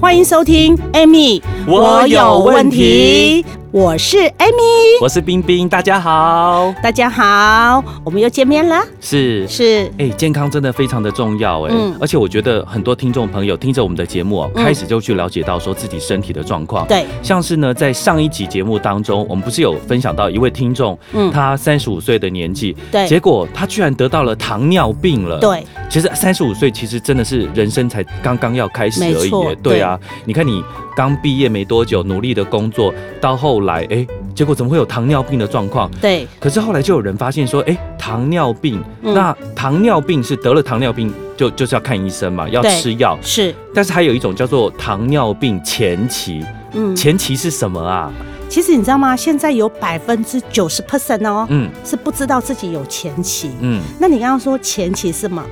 欢迎收听 Amy，我有问题，我是 Amy，我是冰冰，大家好。大家好，我们又见面了，是。是哎、健康真的非常的重要哎、嗯而且我觉得很多听众朋友听着我们的节目哦，嗯开始就去了解到说自己身体的状况。对，像是呢，在上一集节目当中，我们不是有分享到一位听众，嗯他三十五岁的年纪，对结果他居然得到了糖尿病了。，对，其实三十五岁其实真的是人生才刚刚要开始没而已错耶。对啊，你看你刚毕业没多久，努力的工作，到后来，哎，结果怎么会有糖尿病的状况？对，可是后来就有人发现说，哎，糖尿病，嗯那糖尿病是得了糖尿病就就是要看医生嘛，要对吃药。是，但是还有一种叫做糖尿病前期，嗯，前期是什么啊？其实你知道吗？现在有百分之九十 percent 哦，嗯是不知道自己有前期。嗯，那你刚刚说前期是吗？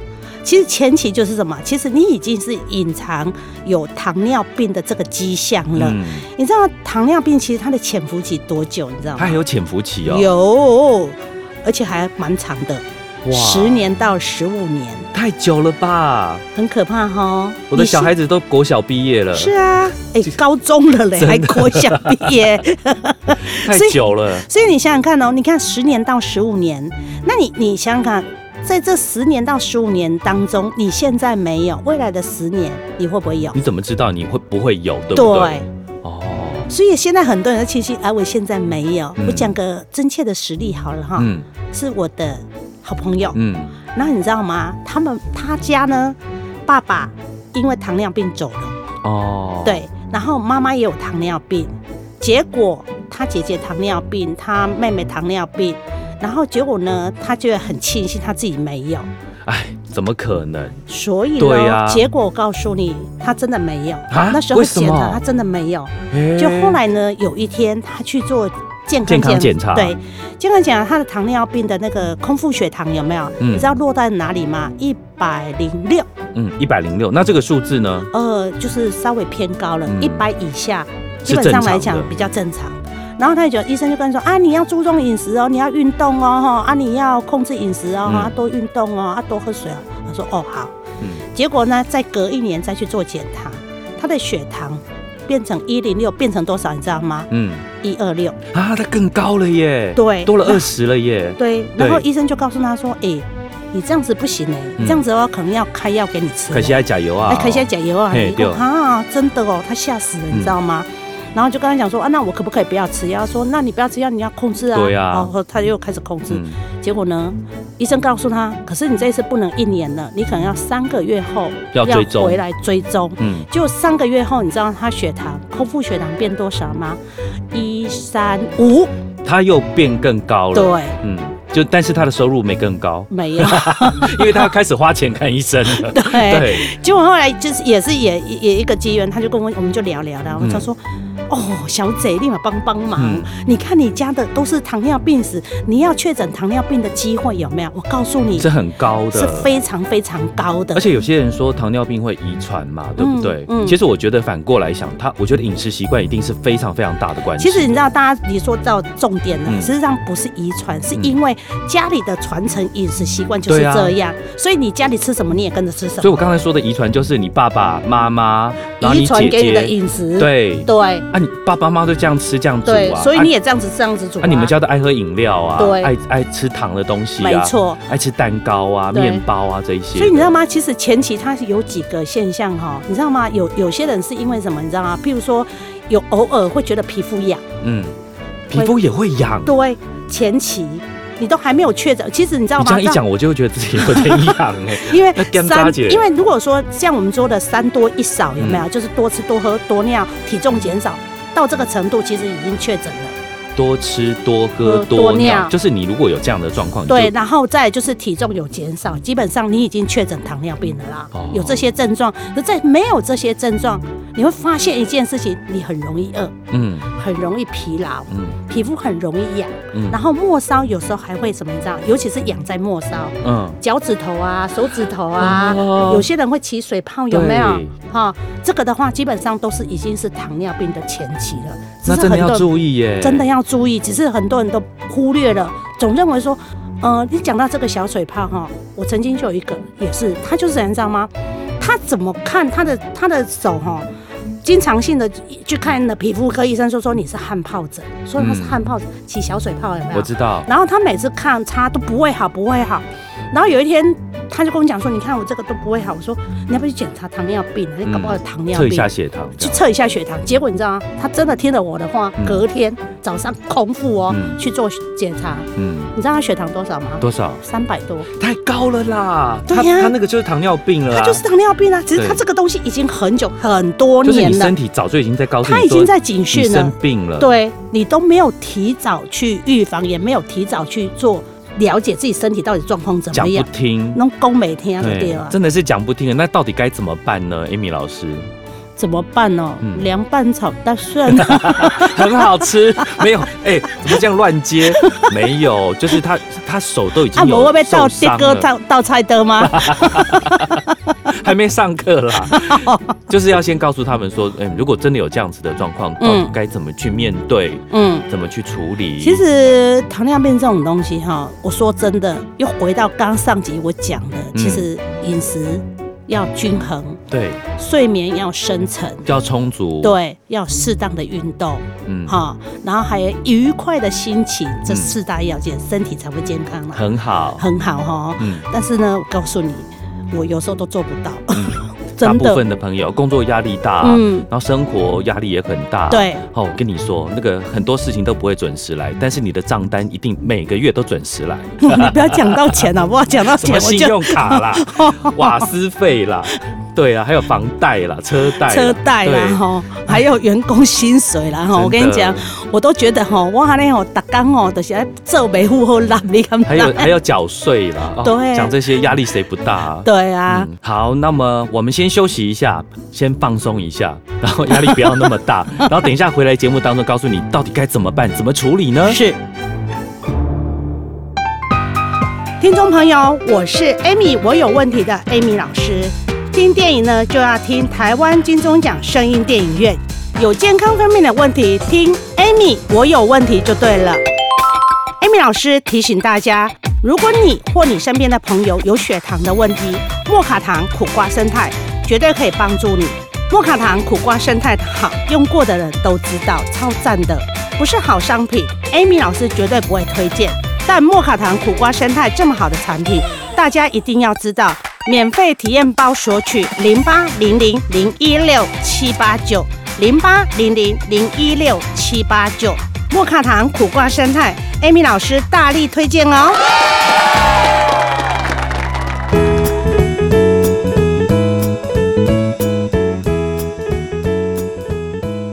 其实前期就是什么？其实你已经是隐藏有糖尿病的这个迹象了。嗯，你知道糖尿病其实它的潜伏期多久？你知道它吗还？有潜伏期哦，有，而且还蛮长的，哇十年到十五年，太久了吧？很可怕哈。我的你是小孩子都国小毕业了，是啊，哎、高中了嘞，真的还国小毕业， 太所以久了，所以你想想看哦，你看十年到十五年，那你你想想看，在这十年到十五年当中，你现在没有，未来的十年你会不会有？你怎么知道你会不会有，对不对？对，哦，所以现在很多人其实，哎，我现在没有。嗯我讲个真切的实例好了哈，嗯是我的好朋友，嗯，那你知道吗？他们他家呢，爸爸因为糖尿病走了，哦，，对，然后妈妈也有糖尿病，结果他姐姐糖尿病，他妹妹糖尿病，然后结果呢，他就很庆幸他自己没有，哎，怎么可能？所以对呢，呀结果我告诉你，他真的没有，啊那时候为什么检查他真的没有，哎就后来呢，有一天他去做。健健康康检查对，健康检查他的糖尿病的那个空腹血糖有没有？嗯你知道落在哪里吗？一百零六，嗯，一百零六，那这个数字呢？呃，就是稍微偏高了嗯，一百、以下，是基本上来正常的讲比较正常。然后他就觉得医生就跟他说啊，你要注重饮食哦，你要运动哦，哈啊，你要控制饮食哦，嗯啊，多运动哦，啊，多喝水哦。他说哦好，嗯结果呢，再隔一年再去做检查，他的血糖变成一零六，变成多少你知道吗？嗯，一二六，啊，它更高了耶，对多了二十了耶，对。然后对医生就告诉他说，哎、你这样子不行哎、嗯你这样子的话可能要开药给你吃哦。可惜还加油啊，哎，开些解油啊，嘿你对嗯讲啊，真的哦，他吓死了，你知道吗？然后就跟他讲说啊，那我可不可以不要吃药？他说那你不要吃药，你要控制啊。对啊然后他又开始控制，嗯，结果呢，医生告诉他，可是你这一次不能一年了，你可能要三个月后要追踪回来追踪。嗯，就三个月后，你知道他血糖空腹血糖变多少吗？一三五，它又变更高了，对，嗯，就但是他的收入没更高，没 有，因为他要开始花钱看医生了。 对，对，结果后来就是也是也也一个机缘，他就跟我我们就聊聊然后他说。哦，小姐，立马帮帮忙！嗯你看你家的都是糖尿病史，你要确诊糖尿病的机会有没有？我告诉你，是很高的，是非常非常高的。而且有些人说糖尿病会遗传嘛，对不对？嗯其实我觉得反过来想，他我觉得饮食习惯一定是非常非常大的关系。其实你知道，大家你说到重点了，嗯实际上不是遗传，是嗯因为家里的传承饮食习惯就是对啊这样，所以你家里吃什么，你也跟着吃什所以么，我刚才说的遗传就是你爸爸妈妈，然后遗你传姐给你的姐，饮食。对，对啊，你爸爸妈妈都这样吃这样煮对，啊，所以你啊也这样子这样子煮、啊，你们家都爱喝饮料啊，对爱爱吃糖的东西啊，没，错。爱吃蛋糕啊、对面包啊这一些。所以你知道？吗？其实前期它是有几个现象哈，你知道吗？有有些人是因为什么？你知道吗？譬如说，有偶尔会觉得皮肤痒，嗯，皮肤也会痒。对，前期你都还没有确诊，其实你知道你吗？这样一讲，我就会觉得自己有点痒哎。 因为那干巴三，姐因为如果说像我们说的三多一少，有没嗯有？就是多吃多喝多尿，体重减少到这个程度，其实已经确诊了。多吃多喝喝多多尿，尿就是你如果有这样的状况，你就对，然后再来就是体重有减少，基本上你已经确诊糖尿病了啦，哦有这些症状。可在没有这些症状，你会发现一件事情，你很容易饿，嗯很容易疲劳，嗯皮肤很容易痒，嗯然后末梢有时候还会什么，你知道，尤其是痒在末梢。嗯，脚趾头啊，手指头啊，哦有些人会起水泡，有没有对？哈、这个的话基本上都是已经是糖尿病的前期了，只那是真的很多要人注意耶，真的要注意，只是很多人都忽略了，总认为说，呃，你讲到这个小水泡哈，我曾经就有一个也是，他就是怎样你知道吗？他怎么看他的他的手哈？经常性的去看的皮肤科医生，说说你是汗疱疹，说他是嗯汗疱疹起小水泡有没有？我知道，然后他每次看擦都不会好，不会好。然后有一天，他就跟我讲说：“你看我这个都不会好。”我说：“你要不要去检查糖尿病啊？你搞不好有糖尿测一病。下血糖，这去样测一下血糖。结果你知道吗？他真的听了我的话，隔天早上空腹哦、嗯去做检查。嗯，你知道他血糖多少吗？多少？三百多。太高了啦，对他呀他那个就是糖尿病了他啦，就是糖尿病啊，只是他对这个东西已经很久很多就是年你了身，体早就已经在告诉他你已经说在警你讯了生。病了，，对你都没有提早去预防，也没有提早去做了解自己身体到底状况怎讲么不样。听。弄公每天就对了，真的是讲不听的，那到底该怎么办呢？Amy 老师， 怎么办呢、嗯凉拌炒大 蒜啊、很好 吃，没有？哎、怎么这样乱接？没有，就是他他手都已经按摩有会被受倒切伤割了，倒倒菜的吗？ 还没上课啦，就是要先告诉他们说，嗯、如果真的有这样子的状况，到底该怎么去面对，嗯，怎么去处理？其实糖尿病这种东西哈，我说真的，又回到刚上集我讲的，嗯其实饮食要均衡，对，睡眠要深层，要充足，，对，要适当的运动嗯，哈，然后还有愉快的心情，这嗯四大要件，身体才会健康啦，很好，很好哈。嗯，但是呢，我告诉你，我有时候都做不到，大 真部的。分的朋友工作压力大，嗯然后生活压力也很大，。对， 哦，我跟你说，那个很多事情都不会准时来，但是你的账单一定每个月都准时来。你不要讲到钱好不好？讲到什 钱么我信就用卡 啦、瓦斯费啦，对啊，还有房贷啦、车贷啦、车贷啦吼，还有员工薪水啦对吼，我跟你讲，，我都觉得吼，我安尼吼，逐工吼，就是要做维护好啦，你敢真的还有知？还要缴税啦，哦哎对讲这些压力谁不大、啊？对啊，嗯好，那么我们先休息一下，先放松一下，然后压力不要那么 大，然后等一下回来节目当中告诉你到底该怎么办，怎么处理呢？是。听众朋友，我是 Amy，我有问题的 Amy 老师。听电影呢，就要听台湾金钟奖声音电影院。有健康方面的问题，听 Amy，我有问题就对了。Amy 老师提醒大家，如果你或你身边的朋友有血糖的问题，莫卡糖苦瓜生态绝对可以帮助你。莫卡糖苦瓜生态好，用过的人都知道，超赞的，不是好商品，Amy 老师绝对不会推荐。但莫卡糖苦瓜生态这么好的产品，大家一定要知道。免费体验包索取零八零零零一六七八九零八零零零一六七八九莫卡糖苦瓜生态，Amy 老师大力推荐哦。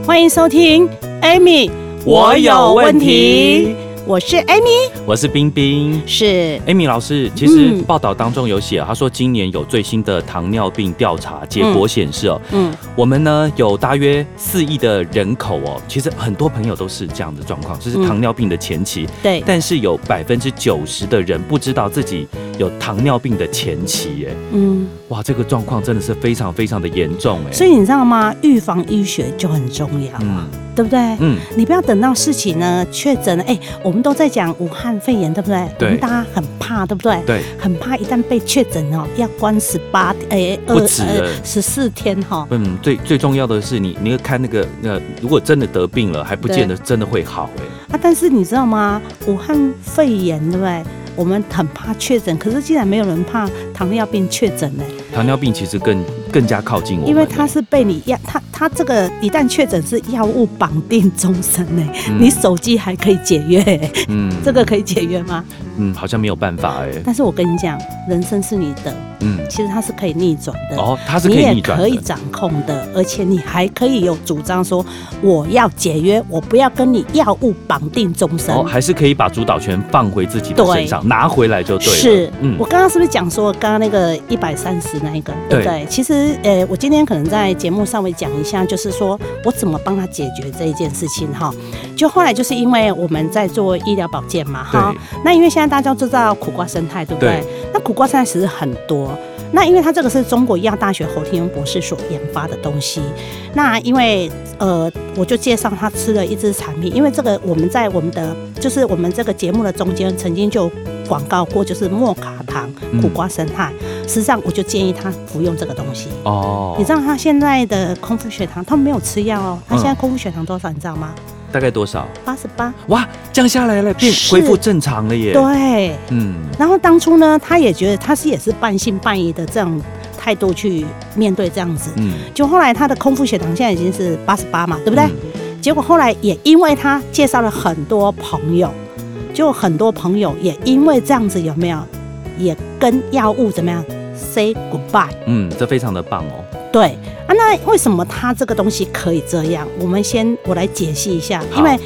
欢迎收听 Amy，我有问题，我是 Amy，我是冰冰。是 Amy 老师，其实嗯报道当中有写，他说今年有最新的糖尿病调查结果显示哦，嗯我们呢有大约四亿的人口哦，其实很多朋友都是这样的状况，嗯就是糖尿病的前期，对，但是有百分之九十的人不知道自己有糖尿病的前期，耶，嗯。哇，这个状况真的是非常非常的严重，哎，所以你知道吗？预防医学就很重要，嗯对不对？嗯，你不要等到事情呢确诊了，哎、我们都在讲武汉肺炎，对不对？对我们大家很怕，对不对？对，很怕一旦被确诊哦，要关十八哎不止十四天哦哈、嗯，最最重要的是你，你要看那个，那如果真的得病了，还不见得真的会好，哎，啊，但是你知道吗？武汉肺炎，对不对？我们很怕确诊，可是竟然没有人怕糖尿病确诊呢，糖尿病其实更更加靠近我们，因为它是被嗯你药，它它这个一旦确诊是药物绑定终身呢，你手机还可以解约，嗯这个可以解约 吗？嗯，好像没有办法哎、但是我跟你讲，人生是你的，嗯，其实它是可以逆转的。哦，它是可你以也逆转可以的，掌控的，而且你还可以有主张说，我要解约，我不要跟你药物绑定终身。哦，还是可以把主导权放回自己的身上，拿回来就对了。是、嗯我，刚刚是不是讲说，刚刚那个一百三十那一个，对不对？其实，呃，我今天可能在节目稍微讲一下，就是说我怎么帮他解决这一件事情哈。就后来就是因为我们在做医疗保健嘛哈，那因为现在大家都知道苦瓜生态，对不对？对那苦瓜生态其实很多。那因为它这个是中国医药大学侯天庸博士所研发的东西，那因为呃，我就介绍他吃了一支产品，因为这个我们在我们的就是我们这个节目的中间曾经就有广告过，就是莫卡糖嗯苦瓜生态，实际上我就建议他服用这个东西。哦你知道他现在的空腹血糖，他没有吃药哦，他现嗯在空腹血糖多少，你知道吗？大概多少？八十八。哇，降下来了，变是恢复正常了耶。对，嗯，然后当初呢，他也觉得他是也是半信半疑的这种态度去面对这样子。嗯就后来他的空腹血糖现在已经是八十八嘛，对不对？嗯结果后来也因为他介绍了很多朋友，就很多朋友也因为这样子有没有，也跟药物怎么样 say goodbye。嗯，这非常的棒哦。对啊，那为什么它这个东西可以这样？我们先我来解析一下，好因为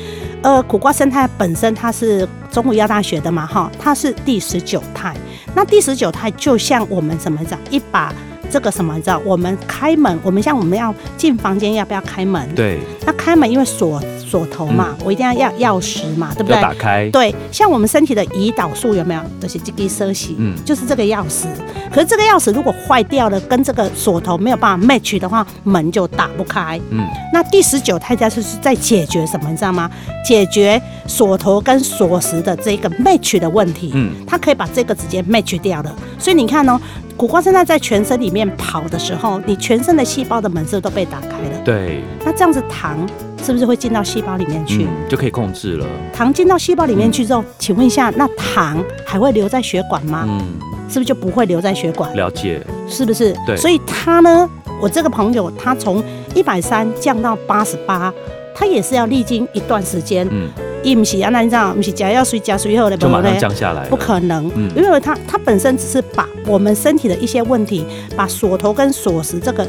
呃，苦瓜生态本身它是中国医药大学的嘛，哈，它是第十九态。那第十九态就像我们什么讲一把这个什么，你知道，我们开门，我们像我们要进房间要不要开门？对，嗯那开门因为锁锁头嘛，我一定要要钥匙嘛，对不要对？打开。对，像我们身体的胰岛素有没有？就是这个奢侈，嗯就是这个钥匙。可是这个钥匙如果坏掉了，跟这个锁头没有办法 match 的话，门就打不开。嗯，那第十九太家就是在解决什么，你知道吗？解决锁头跟锁匙的这个 match 的问题。嗯它可以把这个直接 match 掉了。所以你看哦，苦瓜生态在全身里面跑的时候，你全身的细胞的门是不是都被打开了。对，那这样子糖是不是会进到细胞里面去？嗯，就可以控制了。糖进到细胞里面去之后，请问一下，那糖还会留在血管吗？嗯，是不是就不会留在血管？了解。是不是？对所以他呢，我这个朋友他从一百三降到八十八，他也是要历经一段时间。嗯，伊不是啊，那你知道，不是假药水加水后的，就马不上嘞降下来了。不可能，嗯因为它它本身只是把我们身体的一些问题，把锁头跟锁匙这个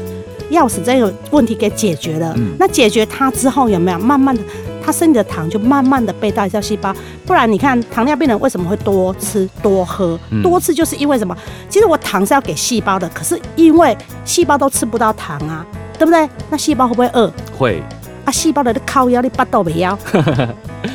钥匙这个问题给解决了。嗯那解决它之后，有没有慢慢的，它身体的糖就慢慢的被代谢细胞？不然你看糖尿病人为什么会多吃多喝？嗯多吃就是因为什么？其实我糖是要给细胞的，可是因为细胞都吃不到糖啊，对不对？那细胞会不会饿？会。啊，细胞的靠腰，你巴肚没 腰，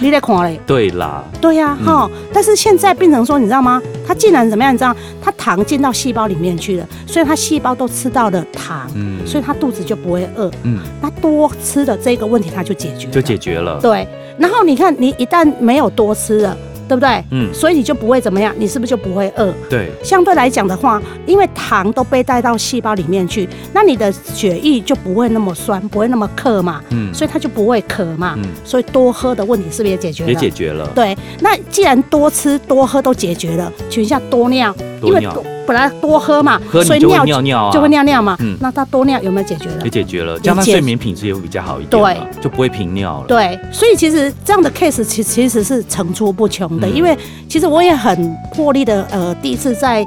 你来看嘞。对啦，对呀、嗯哈、但是现在变成说，你知道吗？它竟然怎么样？你知道，它糖进到细胞里面去了，所以它细胞都吃到了糖，嗯，所以它肚子就不会饿。嗯，那多吃的这个问题，它就解决了就解决了。对。然后你看，你一旦没有多吃了，对不对？嗯，所以你就不会怎么样，你是不是就不会饿？对，相对来讲的话，因为糖都被带到细胞里面去，那你的血液就不会那么酸，不会那么渴嘛，嗯，所以它就不会渴嘛。嗯所以多喝的问题是不是也解决了？也解决了。对，那既然多吃多喝都解决了，请问一下多尿，因多为尿多本来多喝嘛，喝所你以就会尿尿尿啊，就会尿尿嘛。嗯那他多尿有没有解决了也？解决了，加上睡眠品质也会比较好一点嘛，就不会频尿了。对，所以其实这样的 case 其其实是层出不穷的，嗯因为其实我也很破例的，呃，第一次在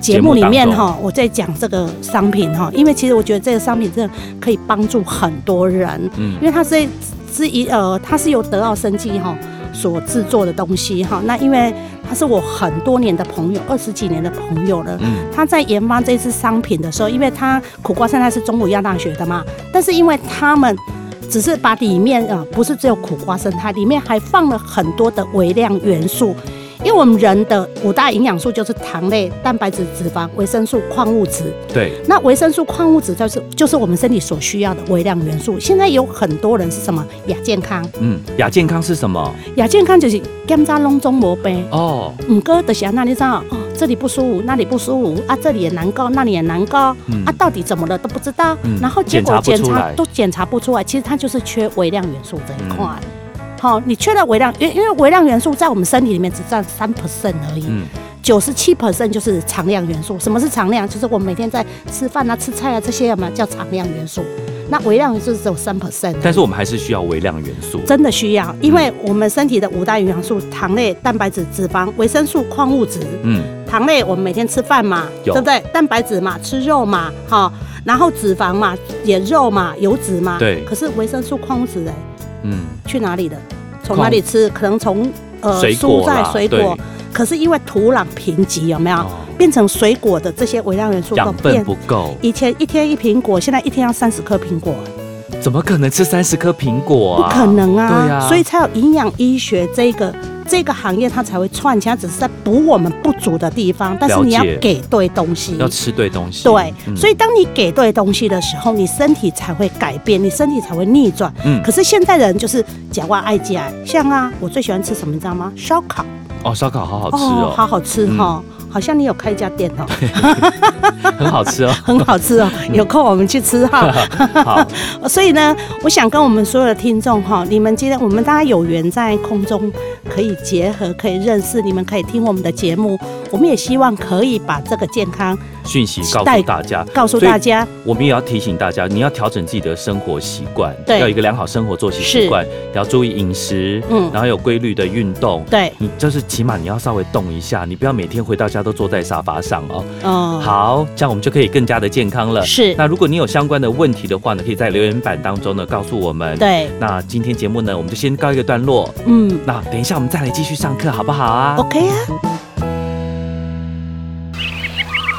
节目里面节目当中哈，我在讲这个商品哈，因为其实我觉得这个商品真的可以帮助很多人，嗯因为它是是一呃，它是由德奥生技哈所制作的东西哈，那因为他是我很多年的朋友，二十几年的朋友了。嗯，他在研发这支商品的时候，因为他苦瓜生态是中国医药大学的嘛，但是因为他们只是把里面啊、呃不是只有苦瓜生态，里面还放了很多的微量元素。因为我们人的五大营养素就是糖类、蛋白质、脂肪、维生素、矿物质。对，那维生素、矿物质就是就是我们身体所需要的微量元素。现在有很多人是什么亚健康，嗯，亚健康是什么？亚健康就是检查拢总无病。哦，五哥的想那你知道哦，这里不舒服，那里不舒服啊，这里也难搞，那里也难搞、嗯啊，到底怎么了都不知道，嗯然后结果检检查不出查来都检查不出来，其实它就是缺微量元素这一块。嗯好、你缺了微量，因因为微量元素在我们身体里面只占三 percent 而已，嗯，九十七 percent 就是常量元素。什么是常量？就是我们每天在吃饭啊、吃菜啊这些有没有叫常量元素？那微量元素只有三 percent。但是我们还是需要微量元素。真的需要，因为我们身体的五大营养素：糖类、蛋白质、脂肪、维生素、矿物质。嗯，糖类我们每天吃饭嘛，有对不对？蛋白质嘛，吃肉嘛，哈、然后脂肪嘛，也肉嘛，油脂嘛。对可是维生素、矿物质哎，嗯，去哪里了？从矿哪里吃？可能从呃水蔬果菜啦、水对果。可是因为土壤贫瘠，有没有？哦变成水果的这些微量元素都养变分。不够，以前一天一苹果，现在一天要三十颗苹果，怎么可能吃三十颗苹果不啊？可能啊！对啊，所以才有营养医学这个这个行业，它才会串起来，它只是在补我们不足的地方，但是你要了解给对东西。要吃对东西。对，嗯所以当你给对东西的时候，你身体才会改变，你身体才会逆转。嗯可是现在人就是讲话爱加，像啊，我最喜欢吃什么，你知道吗？烧烤。哦，烧烤好好吃哦，好好吃哈、好像你有开一家店哦，很好 吃哦。很好 吃哦，嗯有空我们去吃哈。好，所以呢，我想跟我们所有的听众哈，你们今天我们大家有缘在空中可以结合，可以认识，你们可以听我们的节目，我们也希望可以把这个健康讯息告带诉大家，告诉所以大家。我们也要提醒大家，你要调整自己的生活习惯，对要有一个良好生活作息习惯，也要注意饮食，嗯然后有规律的运动。对，你就是起码你要稍微动一下，你不要每天回到家都坐在沙发上哦。嗯，，好，这样我们就可以更加的健康了。是，那如果你有相关的问题的话呢，可以在留言板当中呢告诉我们。对，那今天节目呢，我们就先告一个段落。嗯那等一下我们再来继续上课，好不好啊？ ，OK 啊。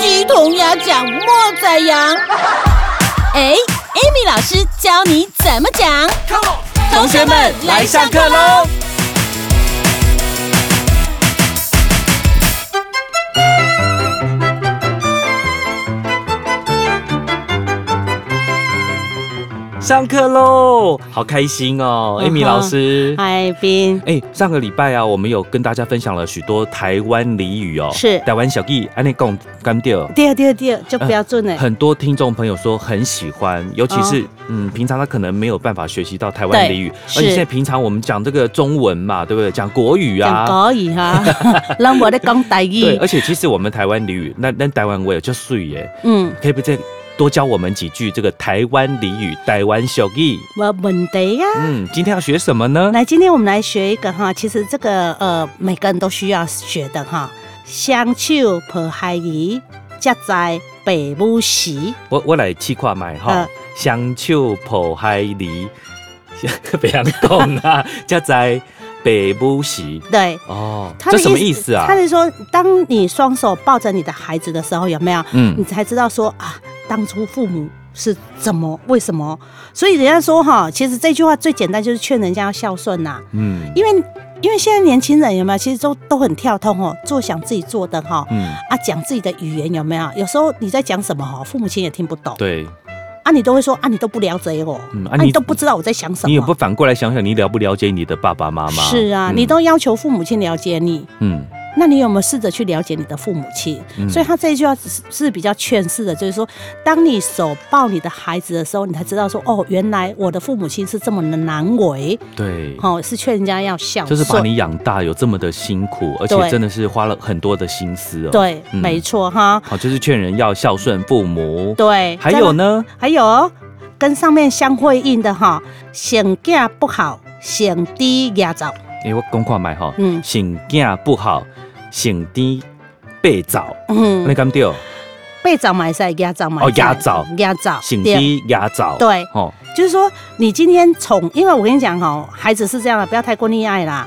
鸡同鸭讲莫宰羊。哎，Amy 老师教你怎么讲。同学们来上课喽！上课喽，好开心哦嗯哼，Amy 老师。海滨哎、上个礼拜啊，我们有跟大家分享了许多台湾俚语哦，是台湾小弟安内贡干掉。第二第二第二啊就标准了。很多听众朋友说很喜欢，尤其是、嗯，平常他可能没有办法学习到台湾俚语，哦是而且现在平常我们讲这个中文嘛，对不对？讲国语讲啊，国语哈， 让我在讲台对，语。而且其实我们台湾俚语，那那台湾我也就碎耶，嗯，可以不可以再多教我们几句这个台湾俚语、台湾小弟？没问题啊呀、嗯，今天要学什么呢？来，今天我们来学一个哈，其实这个呃，每个人都需要学的哈。双手抱孩儿，才在北母时。我我来试看卖哈嗯，双手抱海狸， 别人讲 啊，才知北母时对，哦，这什么意思啊他？是说，当你双手抱着你的孩子的时候，有没有？你嗯，才知道说啊，当初父母是怎么为什么？所以人家说哈，其实这句话最简单，就是劝人家要孝顺呐、嗯因为因为现在年轻人有没有，其实都都很跳通哦，做想自己做的哈、嗯，啊，讲自己的语言有没有？有时候你在讲什么哈，父母亲也听不懂，对，啊，你都会说啊，你都不了解我，嗯啊啊，你你都不知道我在想什么。你有不反过来想想，你了不了解你的爸爸妈妈？是啊，嗯你都要求父母亲了解你，嗯那你有没有试着去了解你的父母亲？嗯所以他这一句话是是比较劝世的，就是说，当你手抱你的孩子的时候，你才知道说，哦，原来我的父母亲是这么的难为，对。哦，是劝人家要孝就顺，是把你养大有这么的辛苦，而且对真的是花了很多的心思哦。，对，嗯没错哈，好，就是劝人要孝顺父母。对。还有呢，还有哦跟上面相会应的哈，省价不好，省低压走。哎，我公话买哈，嗯省囝不好，省低被早，你嗯，敢对？被找买晒，压找买哦压灶压找醒对，低压早，对哦，就是说你今天宠，因为我跟你讲哦，孩子是这样的，不要太过溺爱啦。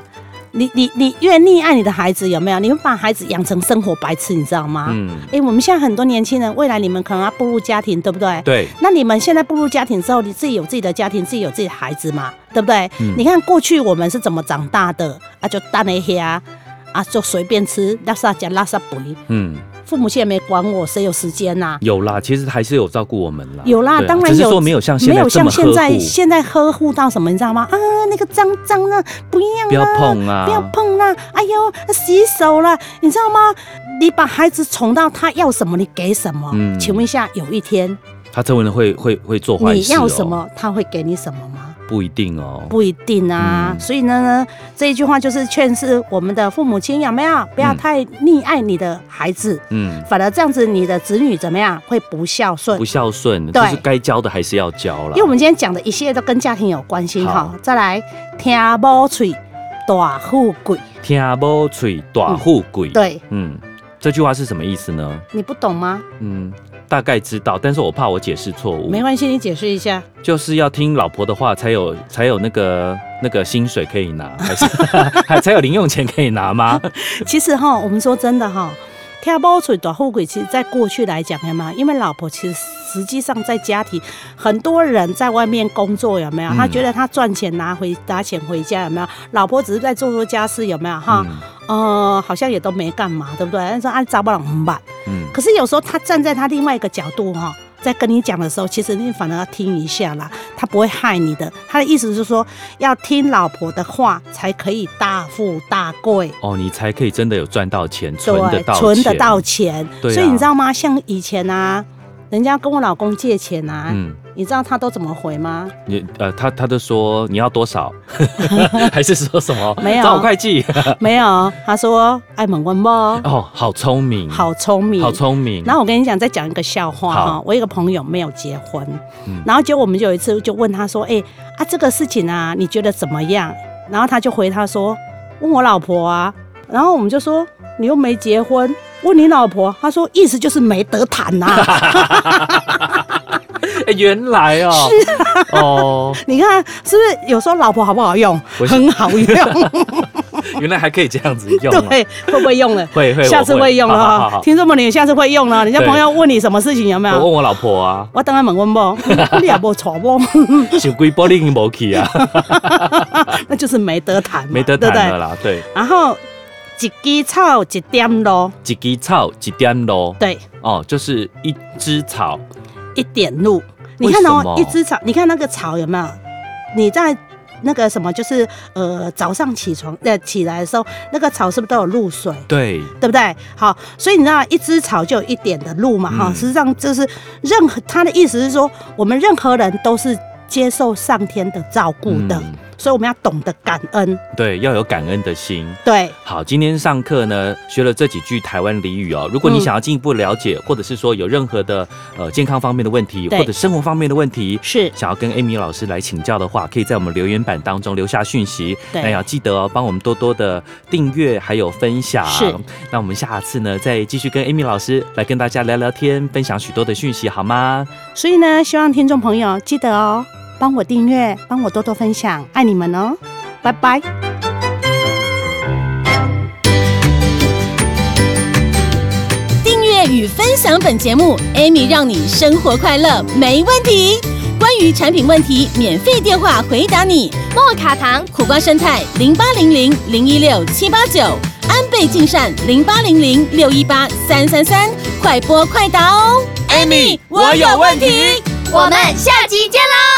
你你你越溺爱你的孩子，有没有？你会把孩子养成生活白痴，你知道吗？嗯。嗯，哎、我们现在很多年轻人，未来你们可能要步入家庭，对不对？对，那你们现在步入家庭之后，你自己有自己的家庭，自己有自己的孩子嘛，对不对？嗯你看过去我们是怎么长大的啊？就蛋一下啊，就随便吃，拉萨加拉萨补，嗯，父母亲也没管我，谁有时间呐、有啦，其实还是有照顾我们啦，有啦，对啊当然只是有，说没有像现没在这有像么现呵在护，现在呵护到什么，你知道吗？啊，那个脏脏的不一样、啊，不要碰啊，不要碰啦！哎呦，洗手啦，你知道吗？你把孩子宠到他要什么，你给什么？嗯请问一下，有一天他真的会会会做坏你事哦，要什么，他会给你什么吗？不一定哦。不一定啊。嗯所以呢，这一句话就是劝示我们的父母亲有没有不要嗯太溺爱你的孩子，嗯，反而这样子你的子女怎么样会不孝顺不。孝顺，对就是该教的还是要教啦。因为我们今天讲的一系列都跟家庭有关系哈好。再来，听某嘴大富贵，听无嘴大富贵。，对嗯，这句话是什么意思呢？你不懂吗？嗯，大概知道，但是我怕我解释错误。没关系，你解释一下。就是要听老婆的话，才有才有那个那个薪水可 以拿，还是 还才有零用钱可以拿吗？其实哈，我们说真的哈，跳包水短后鬼，其实在过去来讲，有没有？因为老婆其实实际上在家庭，很多人在外面工作，有没有？嗯他觉得他赚钱拿回拿钱回家，有没有？老婆只是在做做家事，有没有？哈，嗯呃，好像也都没干嘛，对啊不对？但是按找不了很满。嗯，可是有时候他站在他另外一个角度哈、在跟你讲的时候，其实你反而要听一下啦，他不会害你的。他的意思是说，要听老婆的话，才可以大富大贵。哦，你才可以真的有赚到钱，存得对，到存得钱到钱。对啊所以你知道吗？像以前啊，人家跟我老公借钱啊，嗯，你知道他都怎么回吗？你呃，他他就说你要多 少，还是说什么？没有找我会 计。没有，他说爱猛问不，哦，好聪明，好聪明，好聪明。然后我跟你讲，再讲一个笑话好哈。我有一个朋友没有结婚，嗯然后结果我们就有一次就问他说：“哎、啊，这个事情啊，你觉得怎么样？”然后他就回他说：“问我老婆啊。”然后我们就说：“你又没结婚，问你老婆。”他说：“意思就是没得谈啊呐、哎原来哦，啊哦， 你看是不是？有时候老婆好不好用？我是很好 用，原来还可以这样子用啊。对，会不会用了？会会，下我次会用了好好哈好。好听众们，你下次会用了。人家对朋友问你什么事情有没我问有？我老婆啊， 我等下问问不， 你也不错不？想归玻璃没去啊，那就是没得谈嘛，没得对不对谈了啦。对，然后一枝草一点露，几滴草几点咯？对，哦，就是一枝草，一点露。为你看什哦么，一枝草，你看那个草有没有？你在那个什么，就是呃早上起床呃起来的时候，那个草是不是都有露水？对，对不对？好，所以你知道一枝草就有一点的露嘛，哈、嗯实际上就是任何他的意思是说，我们任何人都是接受上天的照顾的，嗯所以我们要懂得感恩。对，要有感恩的心。对，好，今天上课呢学了这几句台湾俚语哦。如果你嗯想要进一步了解，或者是说有任何的呃健康方面的问题，对或者生活方面的问题，是想要跟 Amy 老师来请教的话，可以在我们留言板当中留下讯息。对那也要记得哦，帮我们多多的订阅还有分享。是，那我们下次呢再继续跟 Amy 老师来跟大家聊聊天，分享许多的讯息，好吗？所以呢，希望听众朋友记得哦，帮我订阅，帮我多多分享，爱你们哦，拜拜。订阅与分享本节目，Amy 让你生活快乐没问题。关于产品问题，免费电话回答你。莫卡糖苦瓜生态零八零零零一六七八九，安倍晋善零八零零六一八三三三，快播快答哦。Amy，我有问题。我们下集见喽！